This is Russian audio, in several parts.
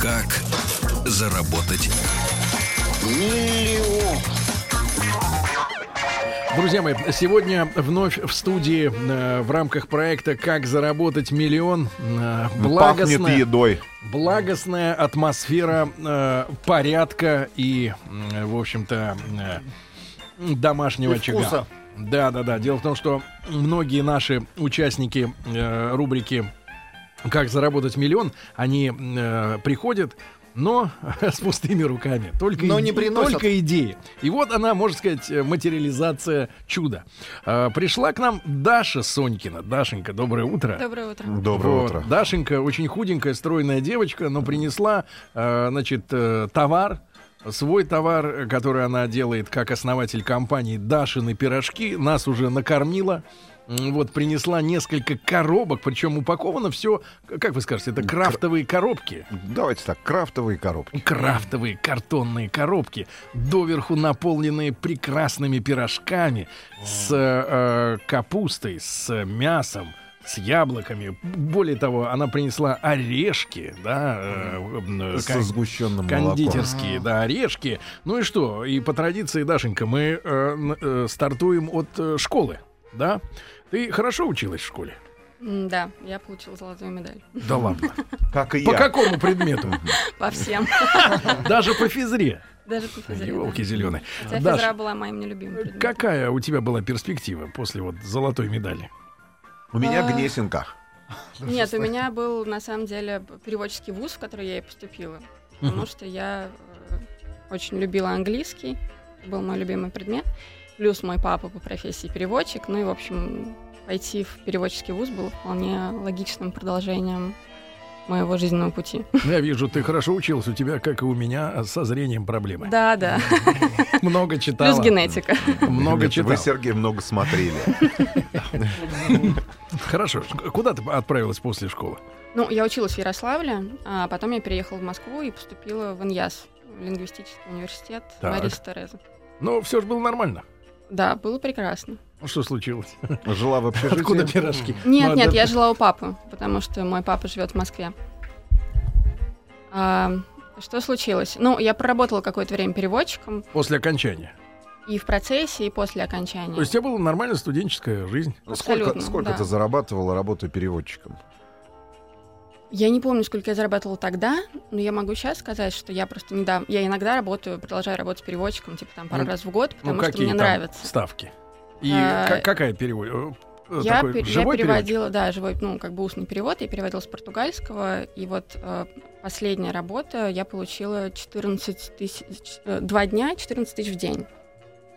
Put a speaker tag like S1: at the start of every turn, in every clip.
S1: Как заработать
S2: Друзья мои, сегодня вновь в студии э, в рамках проекта «Как заработать миллион» э,
S3: Пахнет
S2: благостная,
S3: едой.
S2: благостная атмосфера э, порядка и, м, в общем-то, э, домашнего
S3: И
S2: очага.
S3: вкуса.
S2: Да, да, да. Дело в том, что многие наши участники э, рубрики как заработать миллион, они э, приходят, но с пустыми руками. Только,
S4: Но
S2: и-
S4: не приносят.
S2: только идеи. И вот она, можно сказать, э, материализация чуда. Э, пришла к нам Даша Сонькина. Дашенька, доброе утро.
S5: Доброе утро.
S3: Доброе
S2: Вот.
S3: утро.
S2: Дашенька очень худенькая, стройная девочка, но принесла, э, значит, э, товар, свой товар, э, который она делает как основатель компании Дашины пирожки, нас уже накормила. М, Вот принесла несколько коробок, причем упаковано все, как вы скажете, это крафтовые коробки,
S3: Давайте так, крафтовые коробки.
S2: крафтовые картонные коробки, доверху наполненные прекрасными пирожками с э, капустой, с мясом, с яблоками. Более того, она принесла орешки, да, э, э,
S3: С
S2: кон-
S3: сгущенным молоком.
S2: кондитерские, да, орешки. Ну и что? И по традиции, Дашенька, мы э, н- э, стартуем от э, школы, да? Ты хорошо училась в школе?
S5: М, Да, я получила золотую медаль.
S2: Да ладно.
S3: Как и
S2: По
S3: я.
S2: какому предмету?
S5: По всем.
S2: Даже по физре.
S5: Даже по физре. да.
S2: Елки зеленые.
S5: Хотя
S2: Даш,
S5: физра была моим нелюбимым предметом.
S2: Какая у тебя была перспектива после вот золотой медали?
S3: У меня
S5: А.
S3: гнесинка.
S5: Нет, у меня был на самом деле переводческий вуз, в который я и поступила. Потому что я э, очень любила английский. Был мой любимый предмет. Плюс мой папа по профессии переводчик. Ну и, в общем, пойти в переводческий вуз было вполне логичным продолжением моего жизненного пути.
S2: Я вижу, ты хорошо учился, у тебя, как и у меня, со зрением проблемы.
S5: Да, да.
S2: Много читала.
S5: Плюс генетика.
S2: Много
S3: Нет,
S2: читала.
S3: Вы, Сергей, много смотрели.
S2: Хорошо. Ш- Куда ты отправилась после школы?
S5: Ну, я училась в Ярославле, а потом я переехала в Москву и поступила в ИНЯС, в лингвистический университет
S2: Так.
S5: Бориса Тереза.
S2: Ну, все же было нормально.
S5: Да, было прекрасно.
S2: Ну, Что случилось?
S3: Жила в общежитии.
S2: Откуда пирожки?
S5: Нет,
S2: Ну,
S5: нет,
S2: да-
S5: я жила у папы, потому что мой папа живет в Москве. А, что случилось? Ну, я проработала какое-то время переводчиком
S2: После окончания.
S5: и в процессе, и после окончания.
S2: То есть у тебя была нормальная студенческая жизнь?
S3: Ну, Сколько,
S5: Абсолютно,
S3: сколько
S5: да.
S3: ты зарабатывала, работая переводчиком?
S5: Я не помню, сколько я зарабатывала тогда, но я могу сейчас сказать, что я просто недавно... Я иногда работаю, продолжаю работать переводчиком, типа там пару
S2: Ну,
S5: раз в год, потому
S2: ну,
S5: что
S2: какие
S5: мне
S2: там
S5: нравится.
S2: ставки? И
S5: А,
S2: ка- какая перевод? э,
S5: Я,
S2: такой
S5: пер- я
S2: живой переводчик?
S5: переводила, да, живой, ну, как бы устный перевод, я переводила с португальского, и вот э, последняя работа, я получила 14 тысяч, э, два дня, 14 тысяч в день.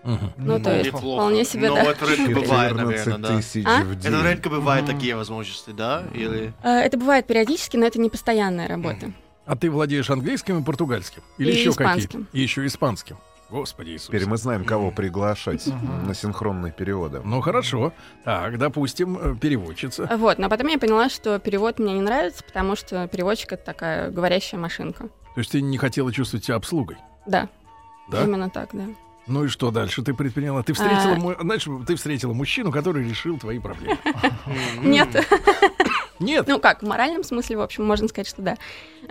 S2: Мгм.
S5: Ну, то есть,
S6: Неплохо. Ну
S5: вполне себе,
S6: Но
S5: да.
S6: это редко бывает, наверное,
S3: 14
S6: да.
S3: тысяч
S5: А?
S3: в
S6: Это
S3: день.
S6: редко бывают такие возможности, да? Или...
S5: Э, это бывает периодически, но это не постоянная работа.
S2: А ты владеешь английским и португальским? Или
S5: И
S2: еще
S5: испанским.
S2: какие? И еще испанским. Господи Иисусе.
S3: Теперь мы знаем, кого приглашать на синхронные переводы.
S2: Ну хорошо. Так, допустим, э, переводчица.
S5: Э, Вот, но потом я поняла, что перевод мне не нравится, потому что переводчик — это такая говорящая машинка.
S2: То есть ты не хотела чувствовать себя обслугой.
S5: Да.
S2: Да?
S5: Именно так, да.
S2: Ну и что дальше ты предприняла? Ты встретила,
S5: А.
S2: му- знаешь, ты встретила мужчину, который решил твои проблемы.
S5: Нет,
S2: Нет.
S5: ну как, в моральном смысле, в общем, можно сказать, что да.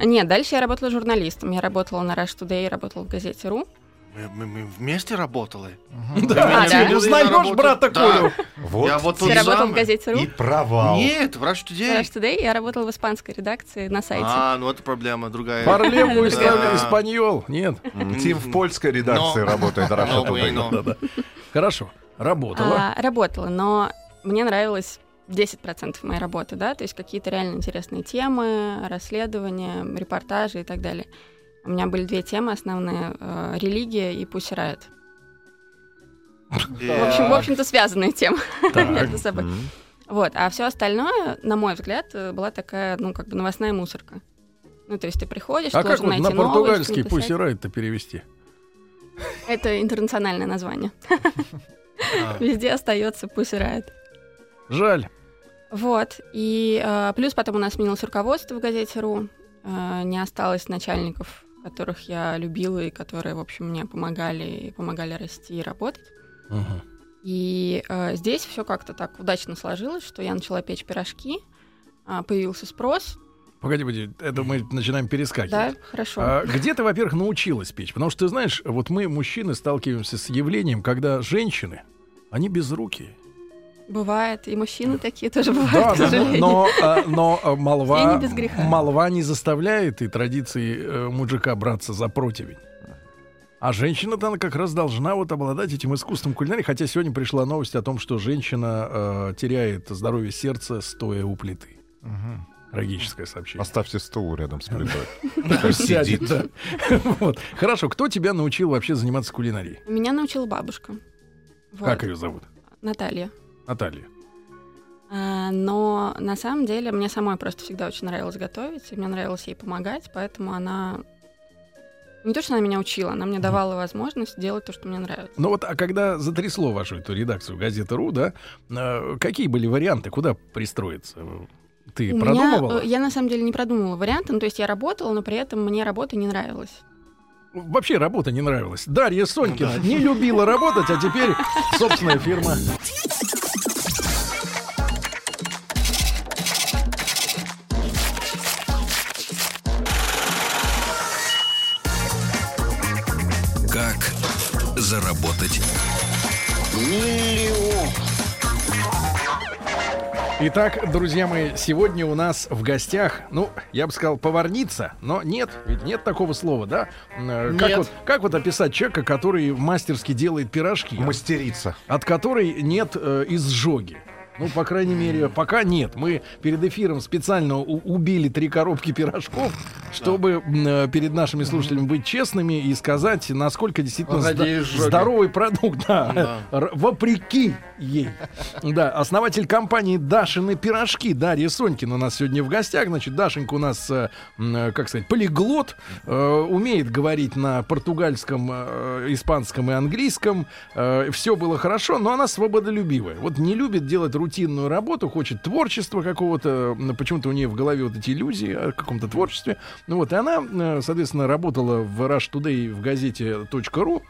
S5: Нет, дальше я работала журналистом. Я работала на Rush Today, работала в газете «Ру».
S6: Мы, мы- мы вместе работали.
S2: Да,
S5: А, да?
S2: Тим, узнаешь брата Колю.
S3: Вот
S6: Я вот
S5: Ты
S6: тут
S5: работала в
S6: самый.
S5: газете «Ру»?
S3: и провал.
S6: Нет, врач
S5: Rush
S2: Э.
S6: Today.
S5: Today, я работала в испанской редакции на сайте.
S6: А, ну это проблема другая.
S2: Парлеву
S6: Да.
S2: испаньол. Нет.
S3: М, Тим в польской редакции
S6: Но.
S3: работает. Раша
S6: No
S3: Today.
S6: bueno.
S2: Хорошо. Работала.
S5: А, работала, но мне нравилось 10% моей работы, да, то есть какие-то реально интересные темы, расследования, репортажи и так далее. У меня были две темы основные э, — религия и Pussy Riot. В общем, в общем-то, связанные темы между собой.
S3: М.
S5: Вот, а все остальное, на мой взгляд, э, была такая, ну, как бы новостная мусорка. Ну, то есть ты приходишь,
S2: А как
S5: должен
S2: вот
S5: найти
S2: на
S5: новость,
S2: португальский
S5: написать.
S2: пусть райт-то перевести?
S5: Это интернациональное название.
S6: А.
S5: Везде остается Pussy Riot.
S2: Жаль.
S5: Вот. И э, плюс потом у нас сменилось руководство в газете РУ. Э, не осталось начальников, которых я любила и которые, в общем, мне помогали и помогали расти и работать.
S2: Мгм.
S5: И э, здесь все как-то так удачно сложилось, что я начала печь пирожки, а, появился спрос.
S2: Погоди, погоди, это мы начинаем перескакивать.
S5: Да, хорошо.
S2: А, где ты, во-первых, научилась печь? Потому что ты знаешь, вот мы, мужчины, сталкиваемся с явлением, когда женщины, они безрукие.
S5: Бывает, и мужчины такие тоже
S2: Да,
S5: бывают, к
S2: да,
S5: сожалению.
S2: но, а, но, а, молва,
S5: Все не без греха.
S2: молва не заставляет и традиции э, мужика браться за противень. А женщина-то она как раз должна вот обладать этим искусством кулинарии. Хотя сегодня пришла новость о том, что женщина э, теряет здоровье сердца, стоя у плиты.
S4: Мгм.
S2: Трагическое сообщение.
S3: Оставьте стул рядом с плитой.
S2: Да,
S3: сидит.
S2: да. Вот. Хорошо, кто тебя научил вообще заниматься кулинарией?
S5: Меня научила бабушка. Вот.
S2: Как ее зовут?
S5: Наталья.
S2: Наталья.
S5: А, Но на самом деле мне самой просто всегда очень нравилось готовить, и мне нравилось ей помогать, поэтому она... Не то, что она меня учила, она мне давала возможность делать то, что мне нравится.
S2: Ну вот, а когда затрясло вашу эту редакцию газеты РУ, да, э, какие были варианты, куда пристроиться? Ты
S5: У меня,
S2: продумывала?
S5: э, я на самом деле не продумывала варианты, ну, то есть я работала, но при этом мне работа не нравилась.
S2: Вообще работа не нравилась. Дарья Сонькина не любила работать, а теперь собственная фирма.
S1: Как заработать?
S2: Итак, друзья мои, сегодня у нас в гостях, ну, я бы сказал, поварница, но нет, ведь нет такого слова, да? Э, Как
S6: Нет.
S2: вот, как вот описать человека, который мастерски делает пирожки?
S3: Мастерица.
S2: от которой нет э, изжоги. Ну, по крайней мере, пока нет. Мы перед эфиром специально у- убили три коробки пирожков, чтобы м, э, перед нашими слушателями быть честными и сказать, насколько действительно
S6: Ради
S2: зда-
S6: изжоги.
S2: здоровый продукт, да,
S6: Да.
S2: Р- вопреки ей. Да, основатель компании «Дашины пирожки» Дарья Сонькин у нас сегодня в гостях. Значит, Дашенька у нас, э, м, э, как сказать, полиглот, э, умеет говорить на португальском, э, испанском и английском. все было хорошо, но она свободолюбивая. Вот не любит делать рутинную работу, хочет творчества какого-то. М, Почему-то у нее в голове вот эти иллюзии о каком-то творчестве. Ну вот, и она, э, соответственно, работала в Rush Today в газете .ру.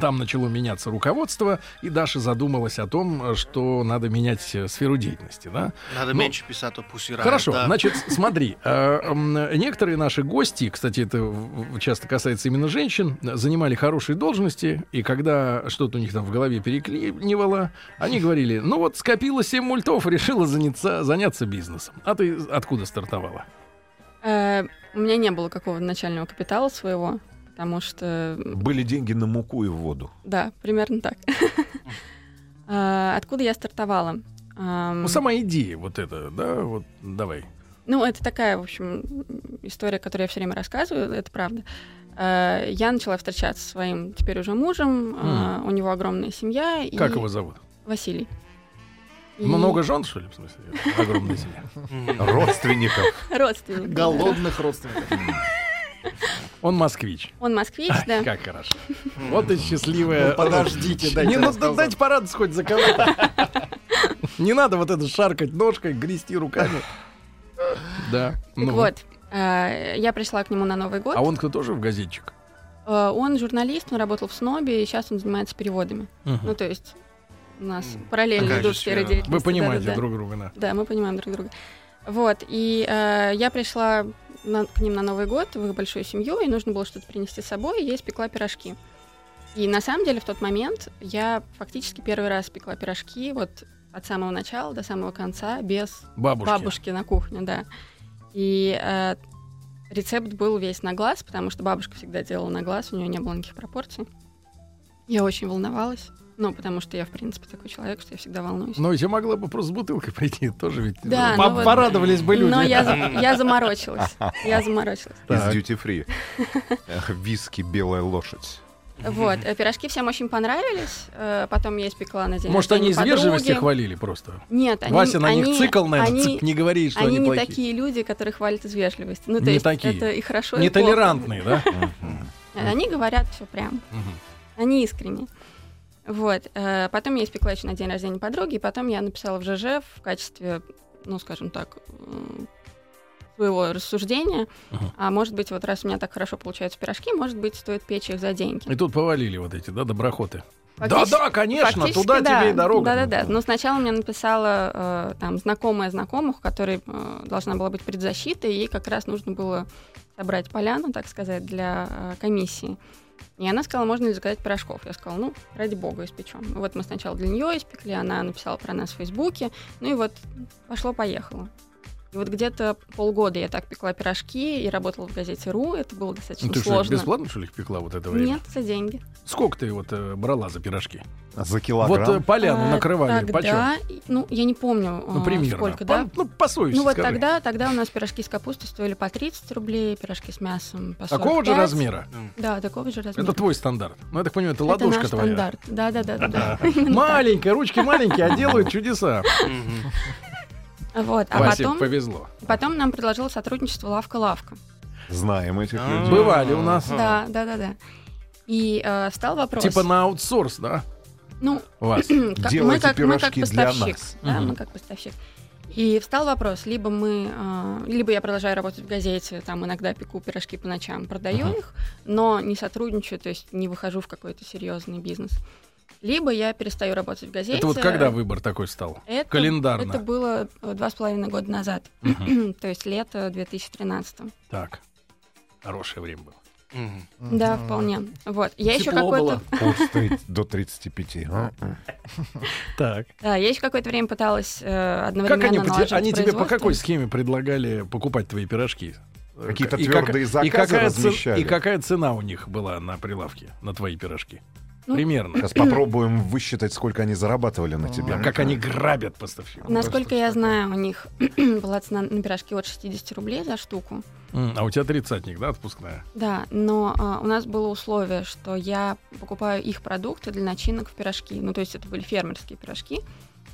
S2: Там начало меняться руководство, и Даша задумалась о том, э, что надо менять э, сферу деятельности, да?
S6: Надо
S2: Ну,
S6: меньше писать, а пусть и рано,
S2: Хорошо,
S6: да.
S2: значит, смотри, э, м, э, некоторые наши гости, кстати, это в- в- часто касается именно женщин, э, занимали хорошие должности, и когда что-то у них там в голове переклинивало, они говорили, ну вот скопилось 7 мультов, решила заняться, заняться бизнесом. А ты откуда стартовала?
S5: Э, У меня не было какого-то начального капитала своего, потому что
S3: Были деньги на муку и в воду.
S5: Да, примерно так. А, Откуда я стартовала? Ам,
S2: Ну, сама идея вот эта, да, вот давай.
S5: Ну, это такая, в общем, история, которую я все время рассказываю, это правда. А, Я начала встречаться со своим теперь уже мужем. а, У него огромная семья. и-
S2: Как его зовут?
S5: Василий. И-
S2: Много жен, что ли, в смысле? Огромная семья.
S6: М,
S3: Родственников.
S5: родственников.
S4: Голодных родственников.
S2: Он москвич.
S5: Он москвич, да.
S2: Как хорошо. Вот и счастливая.
S4: Ну, подождите, дайте
S2: Не надо,
S4: рассказать.
S2: дайте порадоваться хоть за кого-то. Не надо вот это шаркать ножкой, грести руками. Да.
S5: Так
S2: ну.
S5: вот, а, я пришла к нему на Новый год.
S2: А он кто тоже в газетчик?
S5: А, Он журналист, он работал в СНОБе, и сейчас он занимается переводами. Ну, то есть у нас
S6: М,
S5: параллельно
S6: такая
S5: идут
S6: же
S5: сферы
S6: сфера.
S2: Вы
S5: деятельности.
S2: понимаете
S5: да-да-да.
S2: друг друга, да.
S5: Да, мы понимаем друг друга. Вот, и э, я пришла на- к ним на Новый год в их большую семью, и нужно было что-то принести с собой, и я испекла пирожки. И на самом деле в тот момент я фактически первый раз пекла пирожки вот от самого начала до самого конца без
S2: Бабушки.
S5: бабушки на кухне, да. И э, рецепт был весь на глаз, потому что бабушка всегда делала на глаз, у нее не было никаких пропорций. Я очень волновалась, ну, потому что я, в принципе, такой человек, что я всегда волнуюсь.
S2: Ну, я могла бы просто с бутылкой прийти, тоже ведь.
S5: Да,
S2: э,
S5: ну
S2: по-
S5: вот-
S2: Порадовались бы люди.
S5: Но я, за- я заморочилась. Я заморочилась.
S3: Из
S2: Так.
S3: дьюти-фри. Эх, Виски «Белая лошадь».
S5: Вот. э, Пирожки всем очень понравились. э, Потом я испекла на день
S2: Может, они из
S5: рождения
S2: вежливости
S5: подруги.
S2: хвалили просто.
S5: Нет, они...
S2: Вася на
S5: они-
S2: них цикл, наверное,
S5: они-
S2: цик, не говори, что
S5: они
S2: они
S5: не
S2: плохие.
S5: такие люди, которые хвалят из вежливости. Ну, то
S2: Не
S5: есть
S2: такие.
S5: это и хорошо, и плохо.
S2: Нетолерантные, да?
S5: Э, Они говорят все прям.
S2: Мгм.
S5: Они искренне. Вот. э, Потом я испекла еще на день рождения подруги, и потом я написала в ЖЖ в качестве ну, скажем так, м, своего рассуждения.
S2: Мгм.
S5: А может быть, вот раз у меня так хорошо получаются пирожки, может быть, стоит печь их за деньги.
S2: И тут повалили вот эти, да, доброхоты.
S5: Фактически-
S2: Да-да, конечно, туда тебе и дорога. Ну,
S5: Да-да-да. Но сначала мне написала э, там знакомая знакомых, у которой э, должна была быть предзащита, и ей как раз нужно было собрать поляну, так сказать, для э, комиссии. И она сказала, можно ли заказать пирожков. Я сказала, ну, ради бога, испечем. И вот мы сначала для нее испекли, она написала про нас в Фейсбуке, ну и вот пошло-поехало. И вот где-то полгода я так пекла пирожки и работала в газете «Ру», это было достаточно
S2: Ну, ты что,
S5: сложно.
S2: бесплатно, что ли, их пекла вот это время?
S5: Нет, за деньги.
S2: Сколько ты вот э, брала за пирожки?
S3: А За
S2: вот э,
S3: килограмм?
S2: поляну
S5: А,
S2: накрывали, почем?
S5: Тогда, и- ну, я не помню,
S2: Ну,
S5: а,
S2: примерно.
S5: сколько,
S2: По-
S5: да.
S2: ну, по совести
S5: Ну, вот
S2: скажи.
S5: тогда, тогда у нас пирожки с капустой стоили по 30 рублей, пирожки с мясом по 45.
S2: Такого А же размера?
S5: Да, такого же размера.
S2: Это твой стандарт. Ну, я так понимаю, это
S5: Это
S2: ладошка
S5: наш
S2: твоя.
S5: стандарт. Да, да, да, да, да.
S2: Маленькая, ручки маленькие, а делают чудеса.
S6: Мгм.
S5: Вот. А
S2: Васе
S5: потом,
S2: повезло.
S5: потом нам предложило сотрудничество лавка-лавка.
S2: э,
S3: Знаем этих
S6: А.
S3: людей.
S2: Бывали у нас.
S6: А.
S5: Да, да, да, да. И э, встал вопрос.
S2: Типа на аутсорс, да?
S5: ну,
S2: Вас.
S5: как, мы,
S3: Делайте
S5: как, мы как
S3: пирожки для
S5: поставщик.
S3: нас.
S5: Да,
S2: Мгм.
S5: мы как поставщик. И встал вопрос, либо мы, а, либо я продолжаю работать в газете, там иногда пеку пирожки по ночам, продаю их, но не сотрудничаю, то есть не выхожу в какой-то серьезный бизнес. Либо я перестаю работать в газете.
S2: Это вот когда выбор такой стал?
S5: Это-
S2: Календарно.
S5: Это было э, два с половиной года назад, то есть лето 2013.
S2: Так. Хорошее время было.
S6: Мгм.
S5: Да, вполне. Вот. Я еще
S4: Тепло
S5: какое-то
S4: было.
S3: Пустые до 35.
S2: Э,
S3: а?
S2: Так.
S5: Да, я еще какое-то время пыталась э, одновременно
S2: Как они, где-
S5: налаживать
S2: они тебе по
S5: производство.
S2: какой схеме предлагали покупать твои пирожки? Э,
S3: Какие-то
S2: и как-
S3: твердые
S2: и
S3: заказы
S2: какая цен-
S3: размещали.
S2: и какая цена у них была на прилавке, на твои пирожки?
S5: Ну,
S2: Примерно.
S3: Сейчас попробуем высчитать, сколько они зарабатывали на тебе.
S2: Как они грабят поставщиков.
S5: Насколько я знаю, у них была цена на пирожки от 60 рублей за штуку.
S2: М, А у тебя тридцатник, да, отпускная?
S5: Да, но а, у нас было условие, что я покупаю их продукты для начинок в пирожки. Ну, то есть это были фермерские пирожки.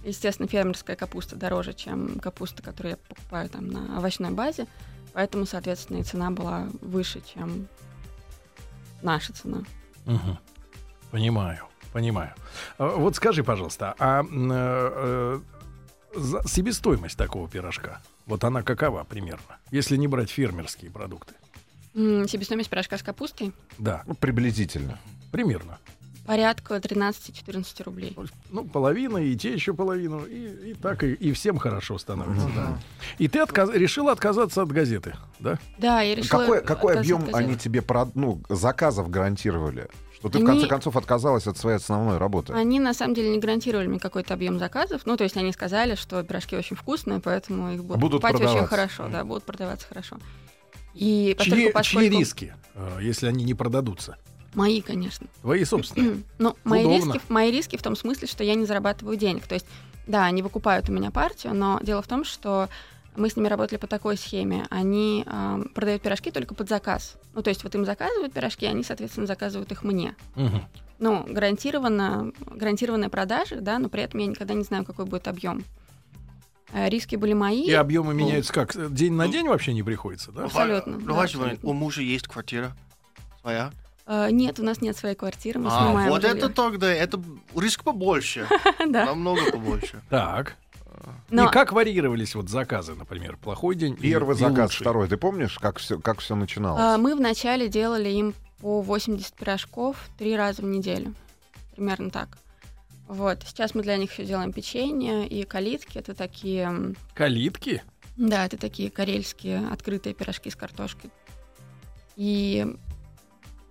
S5: Естественно, фермерская капуста дороже, чем капуста, которую я покупаю там на овощной базе. Поэтому, соответственно, и цена была выше, чем наша цена.
S2: Мгм. Понимаю, понимаю. А, Вот скажи, пожалуйста, а м, э, э, за- себестоимость такого пирожка, вот она какова примерно, если не брать фермерские продукты?
S5: М, Себестоимость пирожка с капустой
S2: Да,
S3: Ну, приблизительно.
S2: примерно.
S5: порядка 13-14 рублей.
S2: Ну, половина, и те еще половину, и, и так, и, и всем хорошо становится.
S3: Ну
S2: да. И ты отказ- решила отказаться от газеты, да?
S5: Да, я решила...
S3: Какой, какой
S5: отказаться
S3: объем
S5: от газеты.
S3: они тебе прод- ну, заказов гарантировали? Что ты в конце
S5: Они-
S3: концов отказалась от своей основной работы?
S5: Они на самом деле не гарантировали мне какой-то объем заказов. Ну, то есть они сказали, что пирожки очень вкусные, поэтому их будут,
S3: Будут
S5: покупать очень
S3: продаваться.
S5: хорошо, да, будут продаваться хорошо. И
S2: Чьи,
S5: поскольку, А поскольку-
S2: чьи риски, э, если они не продадутся?
S5: мои, конечно.
S2: Твои собственные.
S5: Но мои
S2: Удобно.
S5: риски, мои риски в том смысле, что я не зарабатываю денег. То есть, да, они выкупают у меня партию, но дело в том, что мы с ними работали по такой схеме. Они эм, продают пирожки только под заказ. Ну, то есть вот им заказывают пирожки, они, соответственно, заказывают их мне.
S2: Мгм.
S5: ну, гарантированно, гарантированные продажи, да, но при этом я никогда не знаю, какой будет объем. Э, Риски были мои.
S2: И объемы
S3: Ну.
S2: меняются как? Э, День на день вообще не приходится, да?
S5: Абсолютно,
S6: Ну,
S5: да,
S6: Вася, Вань,
S5: абсолютно.
S6: у мужа есть квартира своя.
S5: Э, Нет, у нас нет своей квартиры, мы
S6: А,
S5: снимаем
S6: вот
S5: жильё.
S6: это тогда, это риск побольше.
S5: Да.
S6: Намного побольше.
S2: Так.
S5: Но
S2: И как варьировались вот заказы, например, плохой день и-
S3: Первый
S2: и
S3: заказ,
S2: лучший?
S3: второй. Ты помнишь, как все, как все
S5: э,
S3: начиналось?
S5: мы вначале делали им по 80 пирожков три раза в неделю. Примерно так. Вот. Сейчас мы для них еще делаем печенье и калитки. Это такие, м,
S2: Калитки?
S5: да, это такие карельские открытые пирожки с картошкой. И,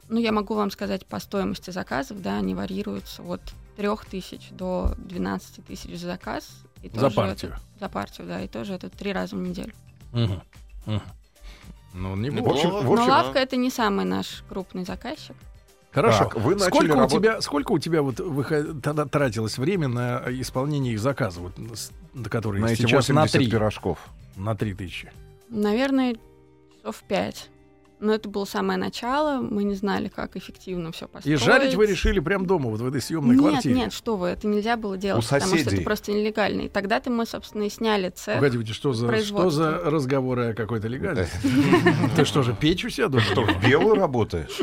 S5: ну, я могу вам сказать по стоимости заказов, да, они варьируются от 3000 тысяч до 12 тысяч за заказ. И
S2: За
S5: тоже
S2: партию.
S5: это- за партию, да, и тоже это три раза в неделю.
S2: Мгм. Мгм. Ну, не
S3: В общем- в
S5: Но
S3: общем-
S5: лавка это не самый наш крупный заказчик.
S2: Хорошо.
S3: Так, вы начали
S2: сколько, у
S3: работ-
S2: тебя, сколько у тебя вот выход- тогда тратилось время на исполнение их заказа, вот, с- которые
S3: На эти
S2: сейчас на
S3: 80
S2: три,
S3: пирожков.
S2: на три тысячи?
S5: Наверное, часов пять. Но это было самое начало, мы не знали, как эффективно все
S2: И
S5: построить.
S2: жарить вы решили прям дома, вот в этой съемной
S5: Нет,
S2: квартире?
S5: нет, что вы, это нельзя было
S3: У
S5: делать, потому что это
S3: соседей.
S5: просто нелегально. И тогда-то мы, собственно, и сняли цех.
S2: Погодите, что за, что
S5: э, Производство.
S2: за разговоры о какой-то легальности? Ты что же, печь у себя дома?
S3: Что, в белую работаешь?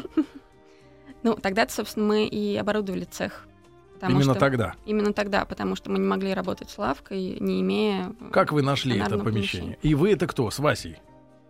S5: Ну, тогда-то, собственно, мы и оборудовали цех. Потому
S2: Именно
S5: что-
S2: тогда.
S5: Именно тогда, потому что мы не могли работать с лавкой, не имея... э,
S2: Как вы нашли это
S5: стандартного
S2: помещение? И вы это кто? С Васей?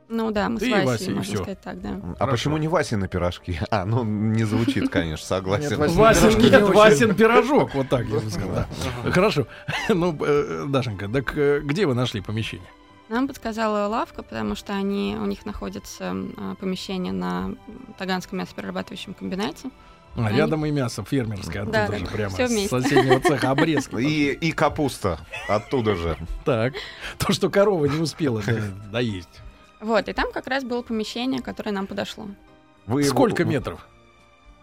S5: Ну да, мы
S2: Ты и
S5: с Васей,
S2: Вася, и
S5: можно
S2: всё.
S5: сказать так, да.
S3: А почему не Васины пирожки? А, ну не звучит, конечно,
S4: Нет,
S3: согласен.
S4: Васин
S2: Васин,
S4: пирожки не
S2: нет,
S4: очень.
S2: Васин пирожок, вот так я бы сказал. да. Хорошо. Ну, э, Дашенька, так э, где вы нашли помещение?
S5: Нам подсказала лавка, потому что они, у них находится м, э, помещение на Таганском мясоперерабатывающем комбинате.
S2: А,
S5: Они-
S2: рядом и мясо фермерское, оттуда
S5: Да, да,
S2: же,
S5: да,
S2: прямо
S5: всё
S2: с
S5: вместе.
S2: соседнего цеха обрезки.
S3: И, и капуста оттуда же.
S2: Так. То, что корова не успела да, доесть.
S5: Вот, и там как раз было помещение, которое нам подошло.
S3: Вы
S2: Сколько метров?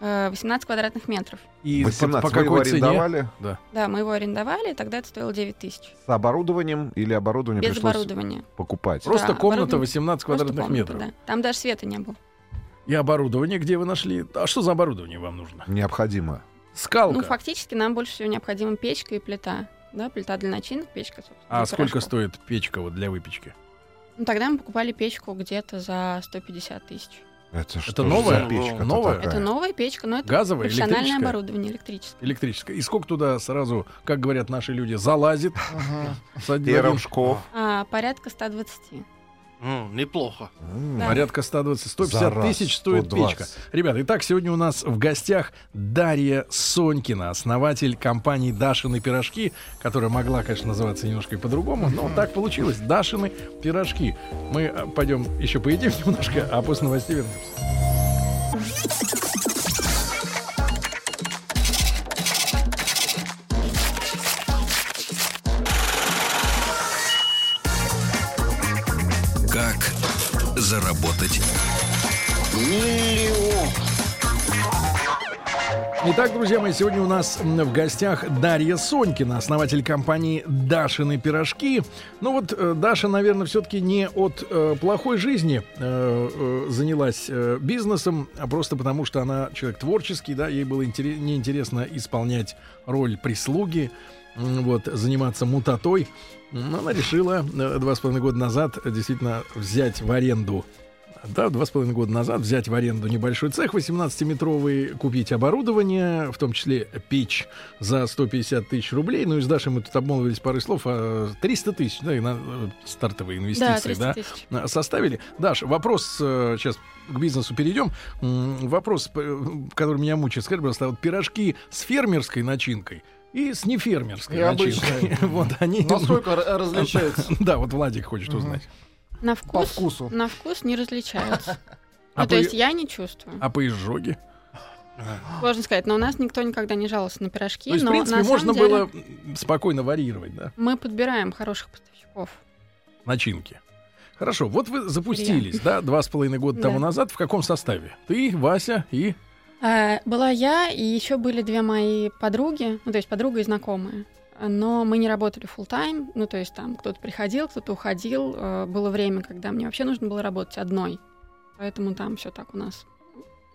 S5: Э, 18 квадратных метров.
S2: И по-
S3: 18.
S2: по
S3: Вы его
S2: какой цене?
S3: арендовали
S5: Да, мы его арендовали, и тогда это стоило 9 тысяч.
S3: с оборудованием или оборудование
S5: Без
S3: пришлось
S5: оборудования.
S3: покупать?
S2: Просто
S5: Да,
S2: комната
S5: оборудование.
S2: 18
S5: Просто
S2: квадратных
S5: комната,
S2: метров.
S5: да. Там даже света не было.
S2: И оборудование где вы нашли? А что за оборудование вам нужно?
S3: Необходимо.
S5: Ну,
S2: Скалка.
S5: фактически нам больше всего необходима печка и плита. Да, плита для начинок, печка, собственно.
S2: А
S5: для
S2: сколько
S5: пирожков.
S2: стоит печка вот для выпечки?
S5: Ну, тогда мы покупали печку где-то за 150 тысяч.
S3: Это, что
S2: Это
S3: же
S2: новое?
S3: за печка-то
S2: Новое?
S3: такая?
S5: Это новая печка, но это
S2: Газовая,
S5: профессиональное
S2: электрическая?
S5: оборудование электрическое.
S2: Электрическая. И сколько туда сразу, как говорят наши люди, залазит?
S4: Ага.
S2: с один-
S3: И рожков.
S5: А, порядка 120.
S6: М, неплохо.
S3: М,
S5: Да.
S2: Ну, Порядка 120. 150
S3: За раз
S2: тысяч стоит
S3: 120.
S2: печка. Ребята, итак, сегодня у нас в гостях Дарья Сонькина, основатель компании «Дашины пирожки», которая могла, конечно, называться немножко и по-другому, но так получилось. «Дашины пирожки». Мы э, пойдем еще поедим немножко, а после новостей вернемся.
S1: Как заработать?
S2: Итак, друзья мои, сегодня у нас м, в гостях Дарья Сонькина, основатель компании «Дашины пирожки». Ну вот, э, Даша, наверное, все-таки не от э, плохой жизни э, э, занялась э, бизнесом, а просто потому, что она человек творческий, да, ей было интере- неинтересно исполнять роль прислуги, м, вот, заниматься мутатой. М, Она решила э, два с половиной года назад э, действительно взять в аренду да, два с половиной года назад взять в аренду небольшой цех 18-метровый, купить оборудование, в том числе печь за 150 тысяч рублей. Ну и с Дашей мы тут обмолвились парой слов. а 300 тысяч, да, и на- э, стартовые
S5: да,
S2: инвестиции,
S5: 300
S2: да,
S5: тысяч.
S2: на- составили. Даш, вопрос, э, сейчас к бизнесу перейдем. М, Вопрос, э, который меня мучает. Скажи, пожалуйста, а вот пирожки с фермерской начинкой и с нефермерской
S4: И
S2: начинкой.
S4: обычной.
S2: Вот они...
S4: Насколько р- различаются?
S2: Да, вот Владик хочет
S4: Мгм.
S2: узнать.
S5: На
S4: По
S5: вкус,
S4: вкусу.
S5: на вкус не различаются.
S2: А
S5: Ну,
S2: по-
S5: то есть я не чувствую.
S2: А по изжоге?
S5: Сложно сказать, но у нас никто никогда не жаловался на пирожки.
S2: То есть, в
S5: но
S2: принципе,
S5: на самом
S2: можно
S5: деле
S2: было м, спокойно варьировать, да,
S5: Мы подбираем хороших поставщиков.
S2: начинки. Хорошо, вот вы запустились, да, два с половиной года
S5: Да.
S2: тому назад. В каком составе? Ты, Вася и...
S5: А, Была я, и еще были две мои подруги, ну, то есть подруга и знакомые. Но мы не работали full тайм ну, то есть там кто-то приходил, кто-то уходил. Э, Было время, когда мне вообще нужно было работать одной. Поэтому там все так у нас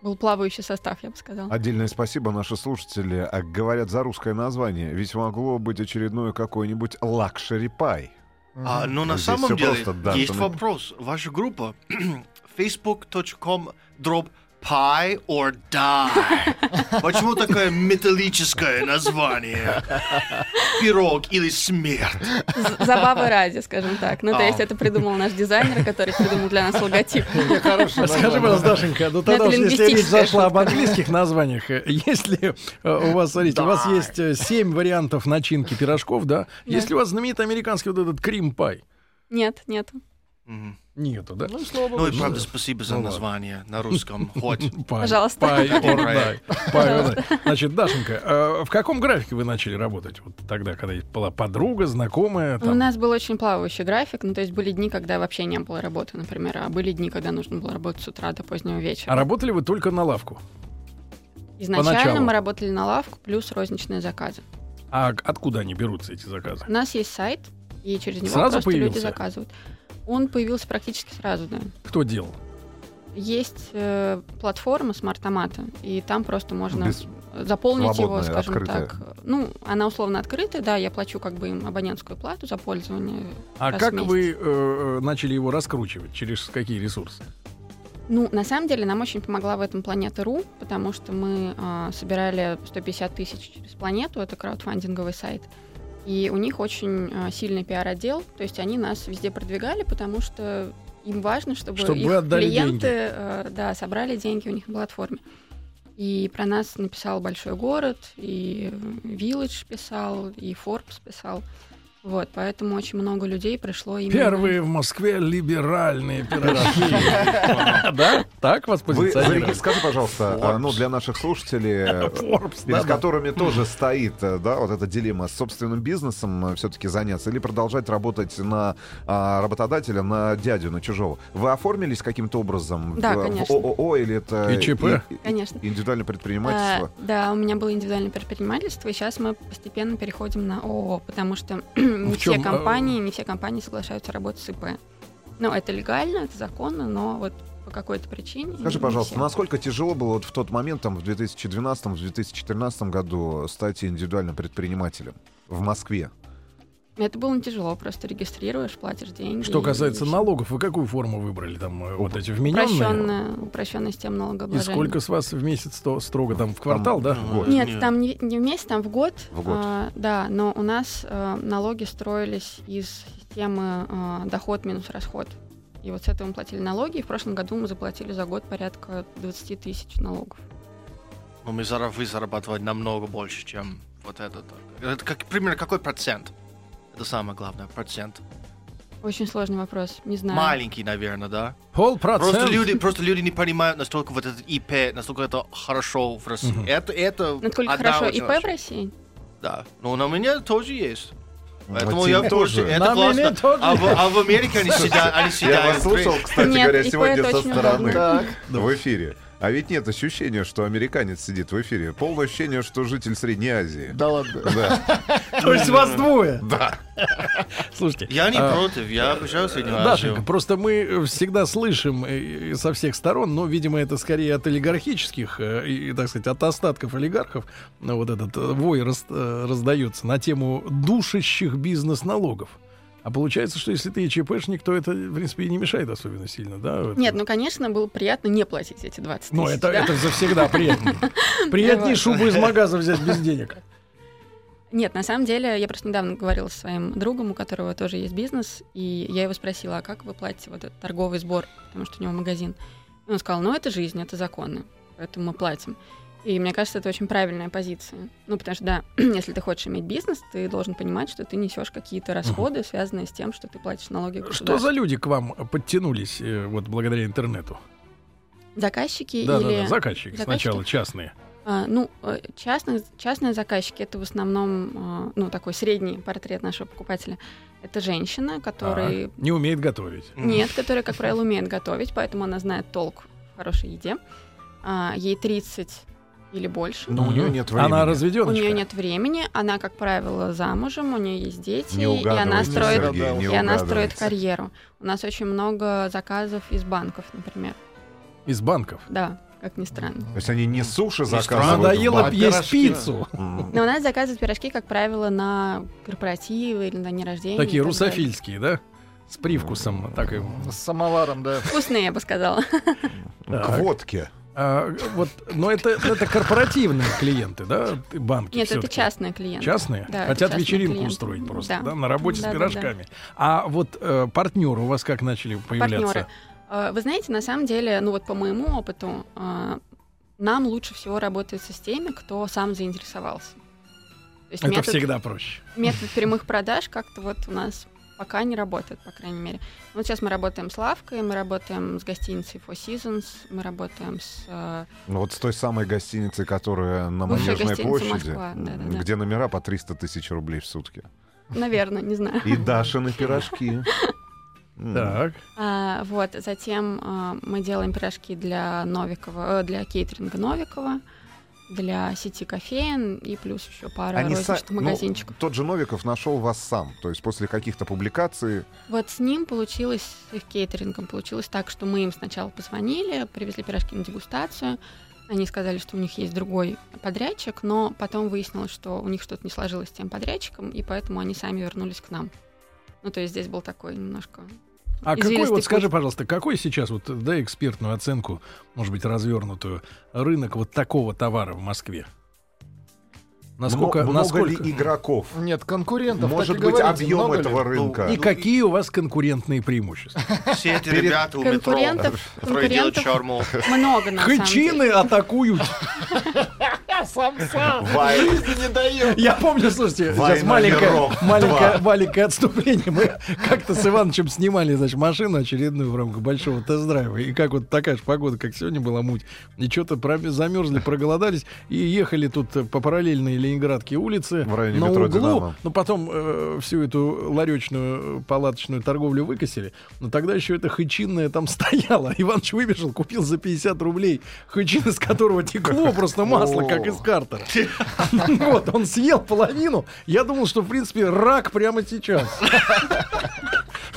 S5: был плавающий состав, я бы сказала.
S3: Отдельное спасибо наши слушатели а, говорят за русское название, ведь могло быть очередное какое-нибудь лакшери пай.
S6: А, но на
S3: Здесь
S6: самом
S3: всё
S6: деле
S3: просто, да, что
S6: есть
S3: мы-
S6: вопрос. Ваша группа facebook.com drop pie or die. Почему такое металлическое название? Пирог или смерть?
S5: З- Забавы ради, скажем так. Ну, то есть
S6: А.
S5: это придумал наш дизайнер, который придумал для нас логотип.
S4: Хорошее
S2: Скажи,
S4: название.
S2: пожалуйста, Дашенька, ну тогда
S5: тогда уж, если
S2: если
S5: лингвистическая
S2: речь
S5: речь зашла
S2: зашла
S5: шутка.
S2: об английских названиях, э, если у вас, смотрите, у вас есть э, семь вариантов начинки пирожков, да? Есть
S5: Есть
S2: ли у вас знаменитый американский вот этот крим-пай?
S5: Нет, нет.
S6: Мгм.
S2: Нету, да?
S4: Ну, слава
S6: Ну
S4: богу.
S6: и правда, спасибо за
S2: Ну ладно.
S6: название на русском. Хоть.
S2: Пай,
S5: Пожалуйста.
S2: пай, or
S6: Пожалуйста.
S2: die. Пай, or die. Значит, Дашенька, а в каком графике вы начали работать? Вот тогда, когда была подруга, знакомая,
S5: У
S2: там,
S5: нас был очень плавающий график, ну, то есть были дни, когда вообще не было работы, например, а были дни, когда нужно было работать с утра до позднего вечера.
S2: А работали вы только на лавку.
S5: Изначально
S2: Поначалу.
S5: мы работали на лавку плюс розничные заказы.
S2: А к- откуда они берутся, эти заказы?
S5: У нас есть сайт, и через него
S2: Сразу
S5: просто
S2: появился?
S5: люди заказывают. Он появился практически сразу, да.
S2: Кто делал?
S5: Есть э, платформа смарт-томата, и там просто можно
S3: Без-
S5: заполнить его,
S3: свободная,
S5: скажем
S3: открытая.
S5: так. Ну, она условно открытая, да, я плачу как бы им абонентскую плату за пользование.
S2: А
S5: Раз
S2: как э,
S5: в месяц.
S2: вы э, начали его раскручивать? Через какие ресурсы?
S5: Ну, на самом деле, нам очень помогла в этом Планета.ру, потому что мы а, собирали 150 тысяч через Планету, это краудфандинговый сайт. И у них очень а, сильный пиар-отдел, то есть они нас везде продвигали, потому что им важно, чтобы,
S2: Чтобы
S5: их
S2: вы отдали
S5: клиенты
S2: деньги.
S5: э, да, собрали деньги у них на платформе. И про нас написал Большой город, и Village писал, и Forbes писал. Вот, поэтому очень много людей пришло именно...
S2: Первые в Москве либеральные пирожки. Да? Так вас
S3: Вы,
S2: позиционировали?
S3: Зарегис, скажи, пожалуйста, а, ну, для наших слушателей, э,
S2: Forbes,
S3: перед
S2: да, да.
S3: которыми тоже стоит, э, да, вот эта дилемма, с собственным бизнесом все-таки заняться или продолжать работать на а, работодателя, на дядю, на чужого. Вы оформились каким-то образом в-
S5: Да,
S3: в,
S5: конечно.
S3: ООО или это
S2: И ЧП?
S3: и- и-
S5: Конечно.
S3: индивидуальное предпринимательство?
S5: Э, да, у меня было индивидуальное предпринимательство, и сейчас мы постепенно переходим на ООО, потому что не
S2: В чём,
S5: все
S2: э,
S5: компании, не все компании соглашаются работать с ИП. Ну, это легально, это законно, но вот по какой-то причине.
S3: Скажи,
S5: не
S3: пожалуйста,
S5: все.
S3: насколько тяжело было вот в тот момент, там, в 2012-2014 году стать индивидуальным предпринимателем в Москве?
S5: Это было не тяжело, просто регистрируешь, платишь деньги.
S2: Что касается
S5: и
S2: налогов, вы какую форму выбрали? Там э, вот эти вмененные?
S5: Упрощенная, упрощенная система
S2: И
S5: налогообложения.
S2: сколько с вас в месяц то строго? Там в квартал, да?
S6: ну,
S3: год.
S5: Нет,
S6: Нет.
S5: там не, не в месяц, там в год.
S3: В год.
S5: А, да, но у нас э, налоги строились из системы э, доход минус расход. И вот с этого мы платили налоги. И в прошлом году мы заплатили за год порядка 20 тысяч налогов.
S6: Но Ну, мы зара- вы зарабатывать намного больше, чем вот это. так. Это как, примерно какой процент? Это самое главное, процент.
S5: Очень сложный вопрос, не знаю.
S6: Маленький, наверное, да? Просто
S2: Полпроцента.
S6: люди, просто люди не понимают, настолько вот этот ИП, насколько это хорошо в России.
S2: Мгм.
S6: Это, это
S5: Насколько
S6: одна
S5: хорошо
S6: очень-
S5: ИП в России?
S6: Да. Но на меня тоже есть. Поэтому
S3: Вот
S6: я
S3: тебе
S6: тоже.
S3: тоже.
S6: Это
S2: На меня
S6: классно.
S2: тоже.
S6: А в, а в Америке они сидят, они
S3: Я
S6: сидят.
S3: вас слушал, кстати
S5: Нет,
S3: говоря,
S5: и
S3: сегодня
S5: поэт
S3: со
S5: очень
S3: стороны
S5: удобно.
S3: в эфире. А ведь нет ощущения, что американец сидит в эфире. Полное ощущение, что житель Средней Азии.
S4: Да ладно.
S2: То есть вас двое.
S3: Да.
S2: Слушайте.
S6: Я не
S2: а,
S6: против, я обожаю Среднюю
S2: Дашенька,
S6: Азию.
S2: просто мы э, всегда слышим э, э, со всех сторон, но, видимо, это скорее от олигархических, э, и, так сказать, от остатков олигархов, ну, вот этот э, вой рас- э, раздается на тему душащих бизнес-налогов. А получается, что если ты ЧПшник, то это, в принципе, и не мешает особенно сильно, да? Вот.
S5: Нет, ну, конечно, было приятно не платить эти 20 тысяч.
S2: Ну, это,
S5: да. Ну
S2: это завсегда приятно. Приятнее
S5: Вот.
S2: шубу из магаза взять без денег.
S5: Нет, на самом деле, я просто недавно говорила со своим другом, у которого тоже есть бизнес, и я его спросила, а как вы платите вот этот торговый сбор, потому что у него магазин. И он сказал, ну это жизнь, это законы, поэтому мы платим. И мне кажется, это очень правильная позиция. Ну, потому что, да, если ты хочешь иметь бизнес, ты должен понимать, что ты несешь какие-то расходы, связанные с тем, что ты платишь налоги
S2: Что
S5: государству.
S2: за люди к вам подтянулись э, вот благодаря интернету?
S5: Заказчики
S2: Да, да,
S5: или...
S2: да, заказчики
S5: заказчики?
S2: сначала, частные.
S5: А, ну, э, частные, частные заказчики это в основном, э, ну, такой средний портрет нашего покупателя. Это женщина, которой
S2: Ага. а Не умеет готовить.
S5: Нет, которая, как правило, умеет готовить, поэтому она знает толк в хорошей еде. А, ей 30 или больше.
S3: Но Ну, у нее нет
S2: Она
S3: времени.
S5: У
S2: разведеночка.
S5: нее нет времени, она, как правило, замужем, у нее есть дети,
S3: Не
S5: и она
S3: угадывайте,
S5: строит,
S3: Сергей, не
S5: и она строит
S3: угадывайте.
S5: карьеру. У нас очень много заказов из банков, например.
S2: Из банков.
S5: Да, как ни странно.
S3: То есть они не суши заказывают.
S2: Надоело
S3: в банк.
S2: есть
S4: пирожки.
S2: пиццу.
S3: М.
S5: Но у нас заказывают пирожки, как правило, на корпоративы или на дни рождения.
S2: Такие
S5: и так далее.
S2: русофильские, да? С привкусом. Так и...
S4: С самоваром, да.
S5: Вкусные, я бы сказала.
S3: К водке.
S2: А, вот, но это, это корпоративные клиенты, да? ты- Банки.
S5: Нет, это
S2: всё-таки.
S5: частные клиенты.
S2: Частные?
S5: Да, это
S2: Хотят
S5: частные
S2: вечеринку
S5: клиенты.
S2: устроить просто,
S5: Да.
S2: да, на работе с
S5: Да, да, да.
S2: пирожками. А вот э, партнеры у вас как начали появляться?
S5: партнеры. Э, Вы знаете, на самом деле, ну вот по моему опыту, э, нам лучше всего работается с теми, кто сам заинтересовался. То есть
S2: Это
S5: метод,
S2: всегда проще.
S5: метод прямых продаж как-то вот у нас пока не работает, по крайней мере. Вот сейчас мы работаем с Лавкой, мы работаем с гостиницей Four Seasons, мы работаем с... э,
S3: Ну вот с той самой гостиницы, которая на
S5: Бывшая
S3: Манежной
S5: гостиница
S3: площади,
S5: Москва,
S3: м,
S5: да-да-да.
S3: где номера по 300 тысяч рублей в сутки.
S5: наверное, не знаю.
S3: И Дашины пирожки. М.
S2: Так.
S5: А, вот, затем а, мы делаем пирожки для Новикова, э, для кейтеринга Новикова, для сети кофеин и плюс еще пара
S3: Они са-
S5: розничных
S3: ну,
S5: магазинчиков.
S3: тот же Новиков нашел вас сам. То есть после каких-то публикаций
S5: Вот с ним получилось, с их кейтерингом получилось так, что мы им сначала позвонили, привезли пирожки на дегустацию. Они сказали, что у них есть другой подрядчик, но потом выяснилось, что у них что-то не сложилось с тем подрядчиком, и поэтому они сами вернулись к нам. Ну, то есть здесь был такой немножко
S2: А какой,
S5: извилистый
S2: вот
S5: путь.
S2: скажи, пожалуйста, какой сейчас, вот дай экспертную оценку, может быть, развернутую, рынок вот такого товара в Москве? Насколько,
S3: Мно- много
S2: А насколько...
S3: ли игроков?
S4: Нет, конкурентов.
S3: Может
S4: так и
S3: быть,
S4: говорится,
S3: объем
S4: много ли?
S3: этого рынка?
S2: И какие у вас конкурентные преимущества?
S6: Все эти
S3: Перед-
S6: ребята у метро,
S5: Конкурентов-
S6: которые делают
S5: конкурентов.
S6: шарму.
S5: Много на самом
S2: Хычины
S5: деле.
S2: атакуют.
S3: Вай-
S2: Я помню, слушайте, сейчас
S3: Война
S2: маленькое,
S3: миров.
S2: маленькое, маленькое отступление. Мы как-то с Иванычем снимали, значит, машину очередную в рамках большого тест-драйва. И как вот такая же погода, как сегодня была муть. И что-то замерзли, проголодались. И ехали тут э, по параллельной Ленинградке улице.
S3: В районе
S2: на
S3: метро
S2: углу.
S3: «Динамо».
S2: Но потом э, всю эту ларечную, э, палаточную торговлю выкосили. Но тогда еще это хычинное там стояло. Иваныч выбежал, купил за 50 рублей хычин, из которого текло просто масло, как из картера. Вот, он съел половину. Я думал, что, в принципе, рак прямо сейчас.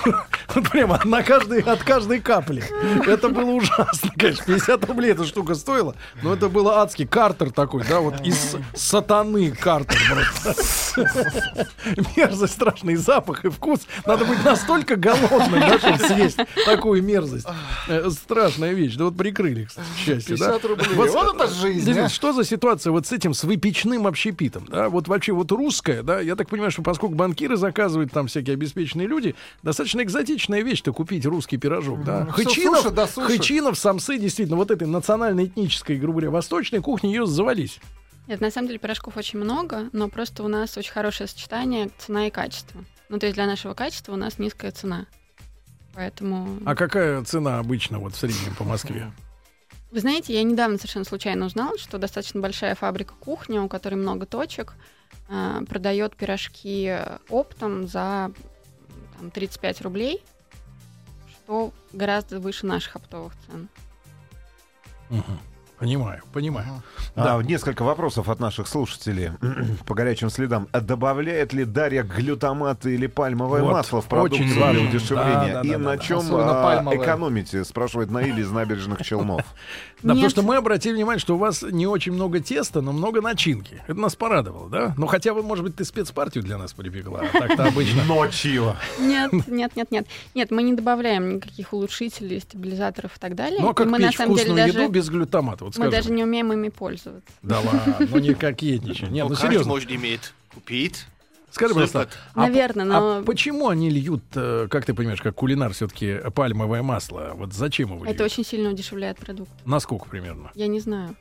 S2: Вот Прямо на каждой, от каждой капли. Это было ужасно, конечно. 50 рублей эта штука стоила, но это было адский картер такой, да, вот из сатаны картер. просто. Мерзость, страшный запах и вкус. Надо быть настолько голодным, да, чтобы съесть такую мерзость. Э, Страшная вещь. Да вот прикрыли, кстати, к счастью, да.
S4: 50 рублей.
S2: Вот
S4: Вот, это жизнь.
S2: Действительно,
S4: а.
S2: что за ситуация вот с этим, с выпечным общепитом, да, вот вообще вот русская, да, я так понимаю, что поскольку банкиры заказывают там всякие обеспеченные люди, достаточно экзотичная вещь-то купить русский пирожок, да.
S4: Ну, Всё
S2: Хычинов,
S4: суши да суши.
S2: Хычинов, самсы, действительно, вот этой национально-этнической, грубо говоря, восточной кухни ее завались.
S5: Нет, на самом деле пирожков очень много, но просто у нас очень хорошее сочетание цена и качество. Ну, то есть для нашего качества у нас низкая цена. Поэтому...
S2: А какая цена обычно вот в среднем по Москве?
S5: Вы знаете, я недавно совершенно случайно узнала, что достаточно большая фабрика кухня, у которой много точек, э, продает пирожки оптом за там, 35 рублей, что гораздо выше наших оптовых цен.
S2: Мгм. Понимаю, понимаю.
S3: А, несколько вопросов от наших слушателей по горячим следам. А Добавляет ли Дарья глютаматы или пальмовое
S2: Вот,
S3: масло в
S2: очень
S3: продукты для
S2: важно.
S3: удешевления?
S2: Да, да,
S3: И
S2: да,
S3: на
S2: да.
S3: чем
S4: Особенно
S3: а,
S4: пальмовое.
S3: экономите, спрашивает Наиль из набережных Челнов.
S2: Да, потому
S5: Нет.
S2: что мы обратили внимание, что у вас не очень много теста, но много начинки. Это нас порадовало, да? Ну, хотя бы, может быть, ты спецпартию для нас прибегла. А так-то обычно
S3: Ночью.
S5: Нет, нет, нет, нет. Нет, мы не добавляем никаких улучшителей, стабилизаторов и так далее.
S2: Ну а
S5: И
S2: как
S5: мы
S2: пить вкусную еду
S5: даже,
S2: без глютамата? Вот
S5: мы
S2: скажи.
S5: даже не умеем ими пользоваться.
S2: Да ладно, ну не кокетничай. Нет, ну
S6: каждый
S2: серьезно.
S6: может иметь. Купить.
S2: Скажи, пожалуйста,
S6: Сыпать.
S2: а,
S5: Наверное,
S2: а
S5: но
S2: почему они льют, э, как ты понимаешь, как кулинар все-таки пальмовое масло? Вот зачем его льют?
S5: это очень сильно удешевляет продукт.
S2: Насколько примерно?
S5: Я не знаю.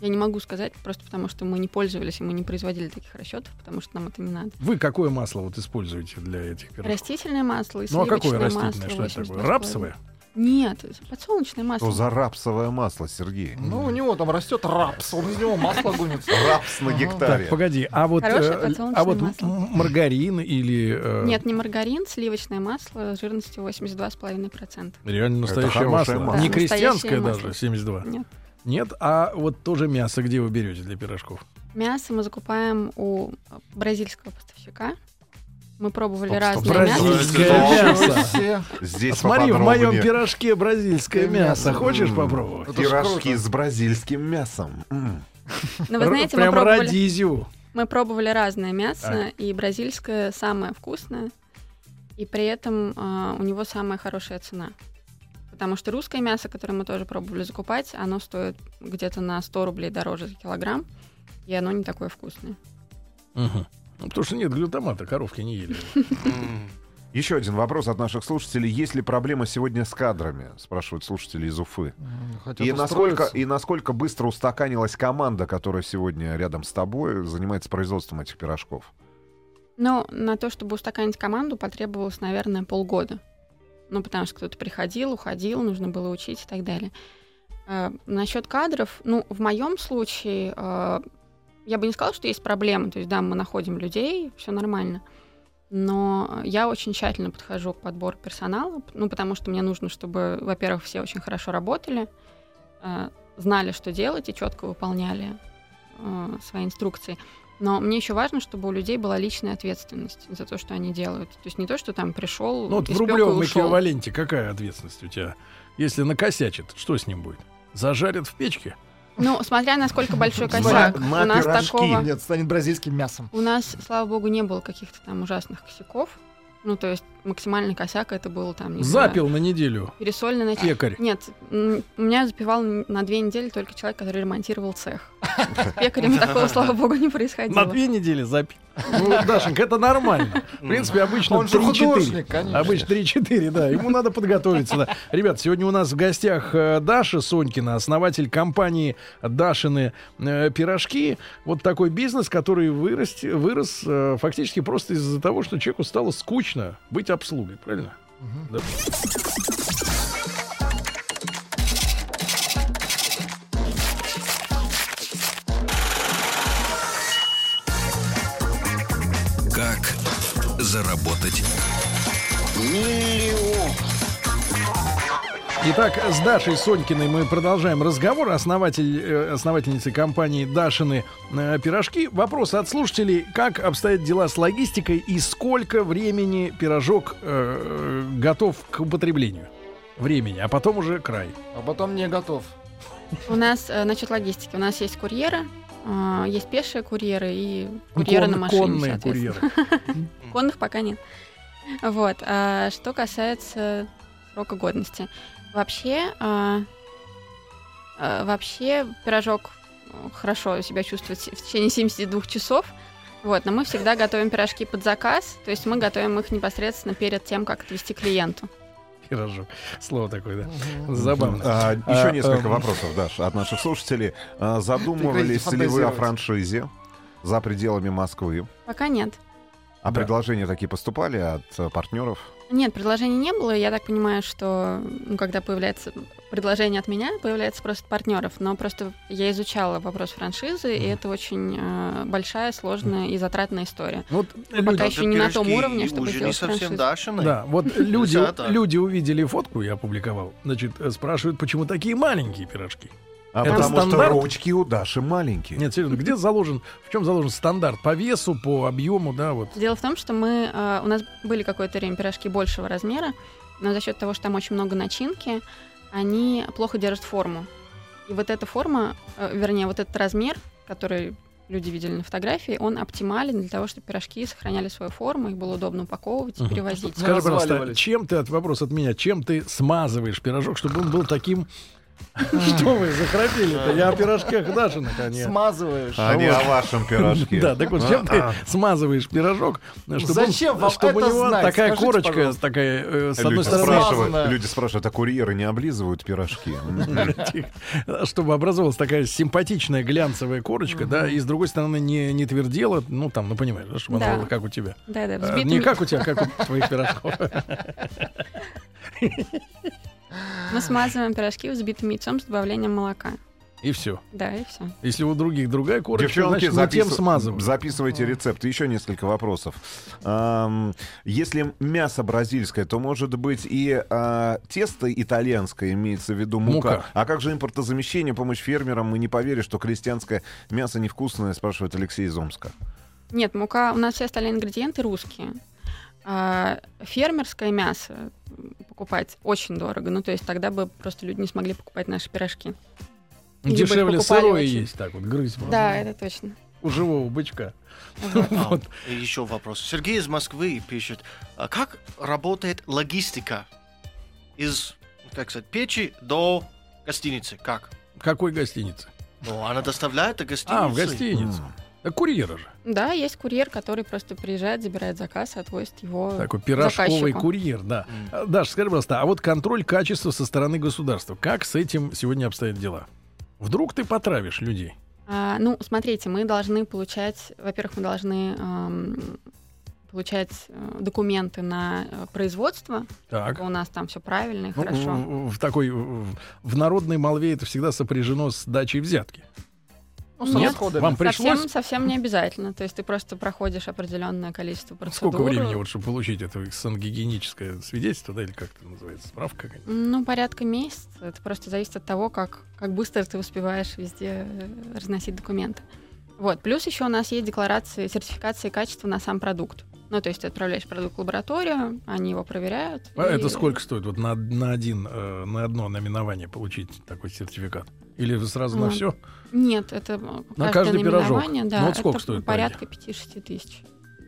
S5: Я не могу сказать, просто потому что мы не пользовались и мы не производили таких расчетов, потому что нам это не надо.
S2: Вы какое масло вот используете для этих пирожков?
S5: Растительное масло и
S2: Ну а
S5: сливочное
S2: какое
S5: масло.
S2: растительное? Что это
S5: 82,5.
S2: такое? Рапсовое? Ну,
S5: Нет, подсолнечное масло.
S3: Что за рапсовое масло, Сергей?
S4: Ну, у него там растет рапс, он из него масло гонится.
S3: Рапс на
S2: Так,
S4: Ага.
S3: гектаре.
S2: погоди, а вот,
S5: Хорошее
S2: э,
S5: подсолнечное
S2: а вот м-
S5: масло.
S2: м- маргарин или... э,
S5: Нет, не маргарин, сливочное масло с жирностью 82,5%.
S2: Реально
S3: Это
S2: настоящее
S3: хорошее
S2: масло.
S3: масло.
S2: Не
S5: Да,
S2: крестьянское
S5: настоящее масло.
S2: даже, 72.
S5: Нет.
S2: Нет, а вот тоже мясо где вы берете для пирожков?
S5: Мясо мы закупаем у бразильского поставщика. Мы пробовали
S3: Стоп, стоп,
S5: разные мясо.
S2: Бразильское
S4: Ничего
S2: мясо.
S4: себе.
S3: Здесь
S2: А Смотри, в моем
S3: поподробнее.
S2: пирожке бразильское мясо.
S4: Мясо.
S2: Хочешь
S3: М,
S2: попробовать?
S4: ж
S3: Пирожки
S4: круто.
S3: с бразильским мясом. М.
S5: Но Ну, вы знаете, мы
S2: Прям
S5: пробовали...
S2: радизю.
S5: Мы пробовали разное мясо, и бразильское самое вкусное, и при этом а, у него самая хорошая цена. Потому что русское мясо, которое мы тоже пробовали закупать, оно стоит где-то на 100 рублей дороже за килограмм, и оно не такое вкусное.
S2: Мгм. Ну, потому что нет глютамата, коровки не ели.
S6: М.
S3: Еще один вопрос от наших слушателей. Есть ли проблема сегодня с кадрами? Спрашивают слушатели из Уфы.
S4: М, хотят
S3: И насколько,
S4: устроиться.
S3: и насколько быстро устаканилась команда, которая сегодня рядом с тобой занимается производством этих пирожков?
S5: Но на то, чтобы устаканить команду, потребовалось, наверное, полгода. Ну, потому что кто-то приходил, уходил, нужно было учить и так далее. насчет кадров, ну, в моем случае, э, я бы не сказала, что есть проблемы. То есть, да, мы находим людей, все нормально. Но я очень тщательно подхожу к подбору персонала, ну, потому что мне нужно, чтобы, во-первых, все очень хорошо работали, э, знали, что делать и четко выполняли э, свои инструкции. Но мне еще важно, чтобы у людей была личная ответственность за то, что они делают. То есть не то, что там пришел,
S2: Ну, вот в
S5: испёк и
S2: рублевом
S5: ушёл.
S2: эквиваленте какая ответственность у тебя? Если накосячит, что с ним будет? Зажарят в печке?
S5: Ну, смотря насколько большой
S4: Смотря
S5: косяк.
S3: на
S5: у нас
S3: пирожки.
S5: такого...
S4: Нет, станет бразильским мясом.
S5: У нас, слава богу, не было каких-то там ужасных косяков. Ну, то есть максимальный косяк это был там... не знаю,
S2: Запил на неделю.
S5: Пересоленный начал.
S2: Пекарь.
S5: Нет, м, меня запивал на две недели только человек, который ремонтировал цех. С пекарем такого, слава богу, не
S2: На
S5: происходило.
S2: две недели запил. Ну, Дашенька, это нормально. В принципе, обычно
S4: Он же
S2: 3-4.
S4: художник, конечно.
S2: Обычно 3-4, да. Ему надо подготовиться. да. Ребят, сегодня у нас в гостях э, Даша Сонькина, основатель компании Дашины э, пирожки. Вот такой бизнес, который вырос, вырос э, фактически просто из-за того, что человеку стало скучно быть обслугой, правильно?
S1: Как заработать?
S2: Итак, с Дашей Сонькиной мы продолжаем разговор. Основатель, э, основательницы компании Дашины э, пирожки. Вопрос от слушателей. Как обстоят дела с логистикой и сколько времени пирожок э, готов к употреблению? Времени, а потом уже край.
S4: А потом не готов.
S5: У нас, э, значит, логистики. У нас есть курьеры, э, есть пешие курьеры и курьеры на
S2: Кон-
S5: машине,
S2: конные
S5: соответственно.
S2: курьеры.
S5: Конных пока нет. Вот. а что касается срока годности. Вообще, а, а, вообще пирожок э, хорошо себя чувствует се- в течение 72 часов. Вот, но мы всегда готовим пирожки под заказ, то есть мы готовим их непосредственно перед тем, как отвести клиенту.
S2: Пирожок. Слово такое, да. Забавно.
S3: А, еще
S2: А,
S3: несколько
S2: эм.
S3: вопросов, Даш, от наших слушателей. А, задумывались
S4: Прекратите
S3: ли вы о
S4: фантазировать.
S3: франшизе за пределами Москвы?
S5: Пока нет.
S3: А
S2: Да.
S3: предложения такие поступали от э, партнеров?
S5: Нет, предложений не было. Я так понимаю, что ну, когда появляется предложение от меня, появляется просто партнеров. Но просто я изучала вопрос франшизы, и это очень э, большая, сложная и затратная история.
S2: Вот
S5: пока
S2: люди,
S5: еще не на том
S6: Пирожки
S5: уровне,
S6: и
S5: чтобы
S6: уже не
S5: сделать
S6: совсем
S5: франшизу.
S6: Дашины.
S2: да, вот люди,
S6: Вкуснота.
S2: люди увидели фотку, я опубликовал. Значит, э, спрашивают, почему такие маленькие пирожки?
S3: А
S2: Это
S3: потому
S2: стандарт?
S3: что ручки у Даши маленькие.
S2: Нет, серьезно, где заложен, в чем заложен стандарт? По весу, по объему, да, вот.
S5: Дело в том, что мы, э, у нас были какое-то время пирожки большего размера, но за счет того, что там очень много начинки, они плохо держат форму. И вот эта форма, э, вернее, вот этот размер, который люди видели на фотографии, он оптимален для того, чтобы пирожки сохраняли свою форму, их было удобно упаковывать и
S2: Мгм.
S5: перевозить.
S4: Не
S2: Скажи, пожалуйста,
S4: разваливались.
S2: чем ты, от вопрос от меня, чем ты смазываешь пирожок, чтобы он был таким...
S5: А.
S2: Что вы захрапели-то? Я о пирожках Даши наконец.
S4: Смазываешь.
S3: А не о вашем пирожке. А,
S2: Да, так вот, чем ты смазываешь пирожок, чтобы,
S4: А, Зачем
S2: он,
S4: вам
S2: чтобы у
S4: это
S2: него
S4: знать?
S2: такая
S4: Скажите,
S2: корочка,
S4: пожалуйста.
S2: такая, э, с
S3: люди
S2: одной стороны,
S4: спрашивают.
S3: спрашивают,
S4: Смазанная.
S3: люди спрашивают, а курьеры не облизывают пирожки?
S2: Тихо. чтобы образовалась такая симпатичная глянцевая корочка, да, и с другой стороны не, не твердела, ну там, ну понимаешь, да, чтобы она
S5: Да.
S2: была как у тебя.
S5: Да, да,
S2: Э,
S5: взбитыми.
S2: Не как у тебя, как у твоих пирожков.
S5: Мы смазываем пирожки взбитым яйцом с добавлением молока.
S2: И все.
S5: Да, и все.
S2: Если у других другая корочка,
S3: Девчонки,
S2: значит, мы тем
S3: записыв-
S2: смазываем.
S3: записывайте рецепт. Еще несколько вопросов. Ам, Если мясо бразильское, то может быть и а, тесто итальянское, имеется в виду мука.
S2: Мука.
S3: А как же импортозамещение, помощь фермерам? И не поверишь, что крестьянское мясо невкусное, спрашивает Алексей из Омска.
S5: Нет, мука, у нас все остальные ингредиенты русские. А фермерское мясо м, покупать очень дорого. Ну, то есть тогда бы просто люди не смогли покупать наши пирожки. либо их
S2: Дешевле
S5: покупали
S2: сырое
S5: очень.
S2: есть, так вот, грызть. можно.
S5: Да, это точно.
S2: У живого бычка. Вот.
S6: Еще А, вопрос. Сергей из Москвы пишет, а как работает логистика из, как сказать, печи до гостиницы? Как?
S2: Какой гостиницы?
S6: Ну, она доставляет до гостиницы.
S2: А, в гостинице.
S3: М.
S2: Да курьера же.
S5: Да, есть курьер, который просто приезжает, забирает заказ и отвозит его.
S2: Такой пирожковый
S5: заказчику.
S2: курьер, да.
S6: М.
S2: А, Даша, скажи, пожалуйста, а вот контроль качества со стороны государства. Как с этим сегодня обстоят дела? Вдруг ты потравишь людей?
S5: А, ну, смотрите, мы должны получать, во-первых, мы должны эм, получать э, документы на э, производство,
S2: Так.
S5: чтобы у нас там все правильно и
S2: Ну,
S5: хорошо.
S2: в, в такой в, в народной молве это всегда сопряжено с дачей взятки.
S4: Ну, с
S5: Нет,
S4: расходами.
S2: Вам пришлось
S5: Совсем, совсем не обязательно. То есть ты просто проходишь определенное количество процедур.
S2: сколько времени вот чтобы получить это сангигиеническое свидетельство, да или как это называется, справка? какая-нибудь?
S5: Ну, порядка месяца. Это просто зависит от того, как, как быстро ты успеваешь везде э, разносить документы. Вот. Плюс еще у нас есть декларации, сертификации качества на сам продукт. Ну, то есть ты отправляешь продукт в лабораторию, они его проверяют.
S2: А
S5: и-
S2: это сколько стоит вот на, на один, э, на одно наименование получить такой сертификат? Или вы сразу на
S5: Ну,
S2: все?
S5: Нет, это
S2: На
S5: на
S2: каждый
S5: каждое
S2: пирожок.
S5: наименование. Да,
S2: Ну, вот сколько
S5: это
S2: стоит,
S5: порядка 5-6 тысяч.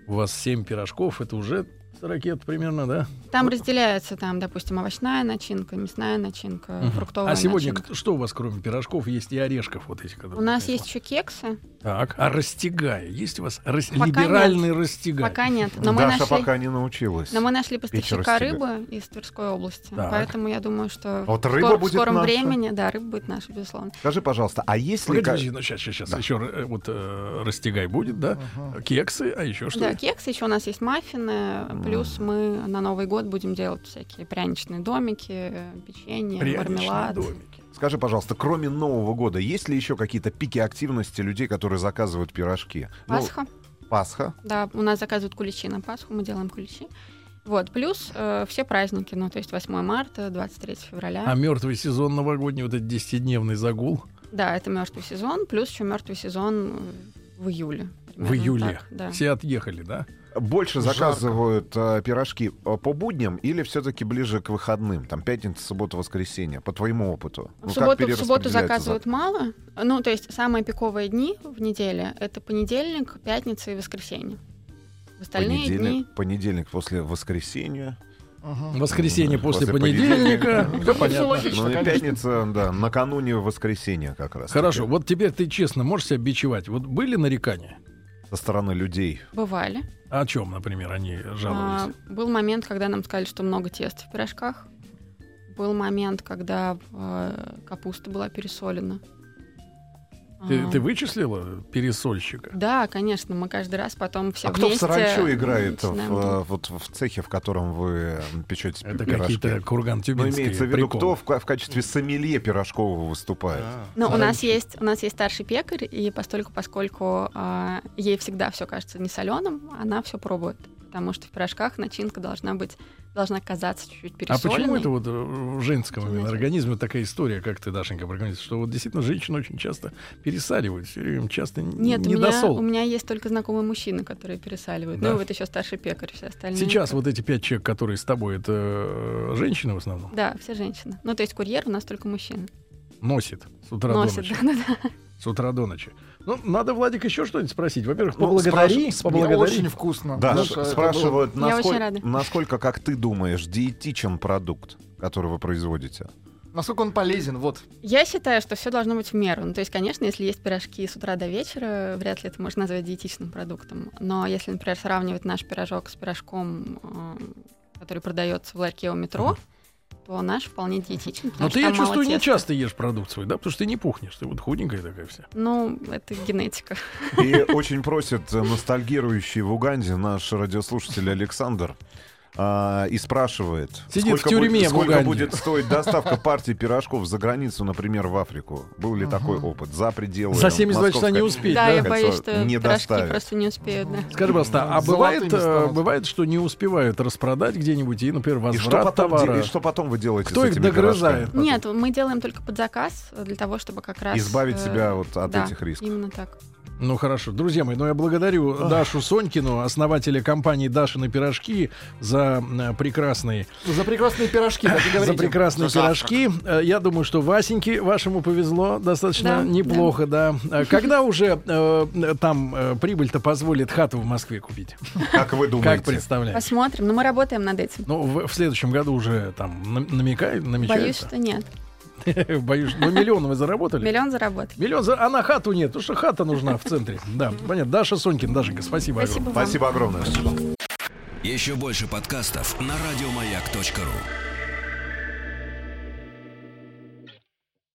S2: У вас семь пирожков, это уже с ракет примерно, да?
S5: Там разделяется, там, допустим, овощная начинка, мясная начинка,
S2: Мгм.
S5: фруктовая
S2: А сегодня
S5: начинка.
S2: к- что у вас, кроме пирожков, есть и орешков вот эти? которые
S5: У нас
S2: принесла?
S5: есть еще кексы,
S2: Так, а растягая? Есть у вас рас-
S5: Пока
S2: либеральный растягай?
S5: пока нет, но мы
S3: Даша
S5: нашли...
S3: пока не научилась.
S5: Но мы нашли
S3: растягай.
S5: поставщика рыбы из Тверской области,
S2: Так.
S5: поэтому я думаю, что
S3: А Вот
S5: в,
S3: рыба
S5: скор- в
S3: будет
S5: скором
S3: наша.
S5: времени, да, рыба будет наша, безусловно.
S3: Скажи, пожалуйста, а если...
S2: Погоди,
S3: ка-
S2: подожди, ну сейчас, сейчас, сейчас.
S3: Да.
S2: Еще э, вот э, растягай будет, да? Кексы, а еще что?
S5: Да, кексы, еще у нас есть маффины, плюс мы на Новый год будем делать всякие пряничные домики, э, печенье,
S2: Пряничные
S5: мармелад.
S2: домики.
S3: Скажи, пожалуйста, кроме Нового года, есть ли еще какие-то пики активности людей, которые заказывают пирожки? Ну,
S5: Пасха,
S3: Пасха.
S5: да, у нас заказывают куличи на Пасху, мы делаем куличи. Вот, плюс э, все праздники, ну, то есть 8 марта, 23 февраля.
S2: А мертвый сезон новогодний, вот этот десятидневный загул.
S5: Да, это мертвый сезон, плюс еще мертвый сезон э, в июле.
S2: В
S5: примерно
S2: июле.
S5: так, да.
S2: Все отъехали, да?
S3: Больше
S4: Жарко.
S3: заказывают э, пирожки э, по будням или все-таки ближе к выходным? Там пятница, суббота, воскресенье, по твоему опыту.
S5: В
S3: Ну, как
S5: субботу, в субботу
S3: перераспределяется
S5: заказывают мало. Ну, то есть самые пиковые дни в неделе — это понедельник, пятница и воскресенье.
S3: зак-
S5: В остальные дни...
S3: Понедельник, понедельник после воскресенья.
S4: Мгм.
S2: Воскресенье
S3: Мгм.
S2: после,
S3: После понедельника.
S2: понедельника. Все
S4: Ну,
S2: понятно.
S4: всё логично,
S3: ну и
S4: конечно.
S3: пятница, да, накануне воскресенья как раз.
S2: Хорошо, вот теперь ты честно можешь себя бичевать. Вот были нарекания?
S3: Со стороны людей.
S5: Бывали.
S2: О чем, например, они жаловались?
S5: А, был момент, когда нам сказали, что много теста в пирожках. Был момент, когда э, капуста была пересолена.
S2: Ты,
S5: А,
S2: ты вычислила пересольщика?
S5: Да, конечно, мы каждый раз потом все
S3: а кто в
S5: вместе
S3: саранчу играет в,
S5: начинаем
S3: э, вот в цехе, в котором вы э, печете
S2: Это
S3: пирожки?
S2: какие-то курган
S3: Ну,
S2: тюбинские
S3: имеется в виду,
S2: приколы.
S3: кто в, ка- в качестве сомелье пирожкового выступает.
S6: А.
S5: Но Ну, у нас есть у нас есть старший пекарь, и постольку, поскольку а, ей всегда все кажется не соленым, она все пробует. Потому что в пирожках начинка должна быть, должна казаться чуть-чуть
S2: А
S5: пересоленной.
S2: почему это вот э, в женском именно
S5: Знаете.
S2: организме такая история, как ты, Дашенька, прогнозируешь, что вот действительно женщины очень часто пересаливают, все время им часто н-
S5: Нет, у
S2: не
S5: меня,
S2: досол.
S5: у меня есть только знакомые мужчины, которые пересаливают.
S2: Да.
S5: Ну и вот еще старший пекарь, все остальные.
S2: Сейчас вот эти пять человек, которые с тобой, это э, женщины в основном,
S5: Да, все женщины. Ну, то есть курьер у нас только мужчина.
S2: носит с утра до
S5: Носит.
S2: ночи.
S5: да-да-да.
S2: С утра до ночи. Ну, надо, Владик, еще что-нибудь спросить. Во-первых,
S3: Ну,
S2: поблагодари.
S3: спраш-
S4: Мне
S2: поблагодари.
S4: очень вкусно.
S3: Да,
S4: Даша, это было-
S3: спрашивают,
S5: было- Я очень
S3: насколько,
S5: рада.
S3: насколько, как ты думаешь, диетичен продукт, который вы производите?
S4: Насколько он полезен, вот.
S5: Я считаю, что все должно быть в меру. Ну, то есть, конечно, если есть пирожки с утра до вечера, вряд ли это можно назвать диетичным продуктом. Но если, например, сравнивать наш пирожок с пирожком, э, который продается в ларьке у метро, то наш вполне диетичен.
S2: Но
S3: Ну,
S5: потому что
S2: Ну, ты, я
S5: там мало
S2: чувствую, не
S5: теста.
S2: часто ешь продукт свой, да? Потому что ты не пухнешь, ты вот худенькая такая вся.
S5: Ну, это генетика.
S3: И очень просит э, ностальгирующий в Уганде наш радиослушатель Александр а, и спрашивает,
S2: Сидит в
S3: сколько,
S2: тюрьме
S3: будет,
S2: в
S3: сколько
S2: Уганде.
S3: будет стоить доставка партии пирожков за границу, например, в Африку? Был ли такой опыт? За пределы
S2: За 72 часа
S3: московской-
S2: не успеть,
S5: Да,
S2: да?
S5: я боюсь, что
S3: Не
S5: пирожки
S3: доставят.
S5: просто не успеют. да.
S2: Скажи, просто, а
S4: Золотыми
S2: бывает, э,
S4: станут.
S2: бывает, что не успевают распродать где-нибудь и, например,
S3: И что,
S2: возврат
S3: потом, де-
S2: товара?
S3: и что потом вы делаете
S2: Кто
S3: с
S2: их
S3: этими
S2: догрызает?
S3: пирожками?
S5: Нет, мы делаем только под заказ э, для того, чтобы как раз...
S3: Избавить
S5: э,
S3: себя вот от
S5: да,
S3: этих рисков.
S5: именно так.
S2: Ну хорошо, друзья мои, ну я благодарю Дашу Сонькину, основателя компании Дашины пирожки, за м, прекрасные,
S4: За прекрасные пирожки, как и
S2: за
S4: говорите.
S2: прекрасные
S6: За завтрак.
S2: пирожки. Э, Я думаю, что Васеньке вашему повезло достаточно
S5: Да,
S2: неплохо, да. Э, Когда уже э, там э, прибыль-то позволит хату в Москве купить?
S3: Как вы
S2: Как
S3: думаете?
S2: представляете?
S5: Посмотрим, но мы работаем над этим.
S2: Ну, в, в следующем году уже там нам- намекает,
S5: Боюсь,
S2: намечается.
S5: что нет.
S2: Боюсь, ну миллион вы заработали?
S5: Миллион заработаем.
S2: Миллион, за... а на хату нет, потому что хата нужна в центре. Да, понятно. Даша Сонькин, Дашенька, спасибо. огромное.
S5: Спасибо вам.
S3: Спасибо огромное.
S1: Еще больше подкастов на радиомаяк.ру.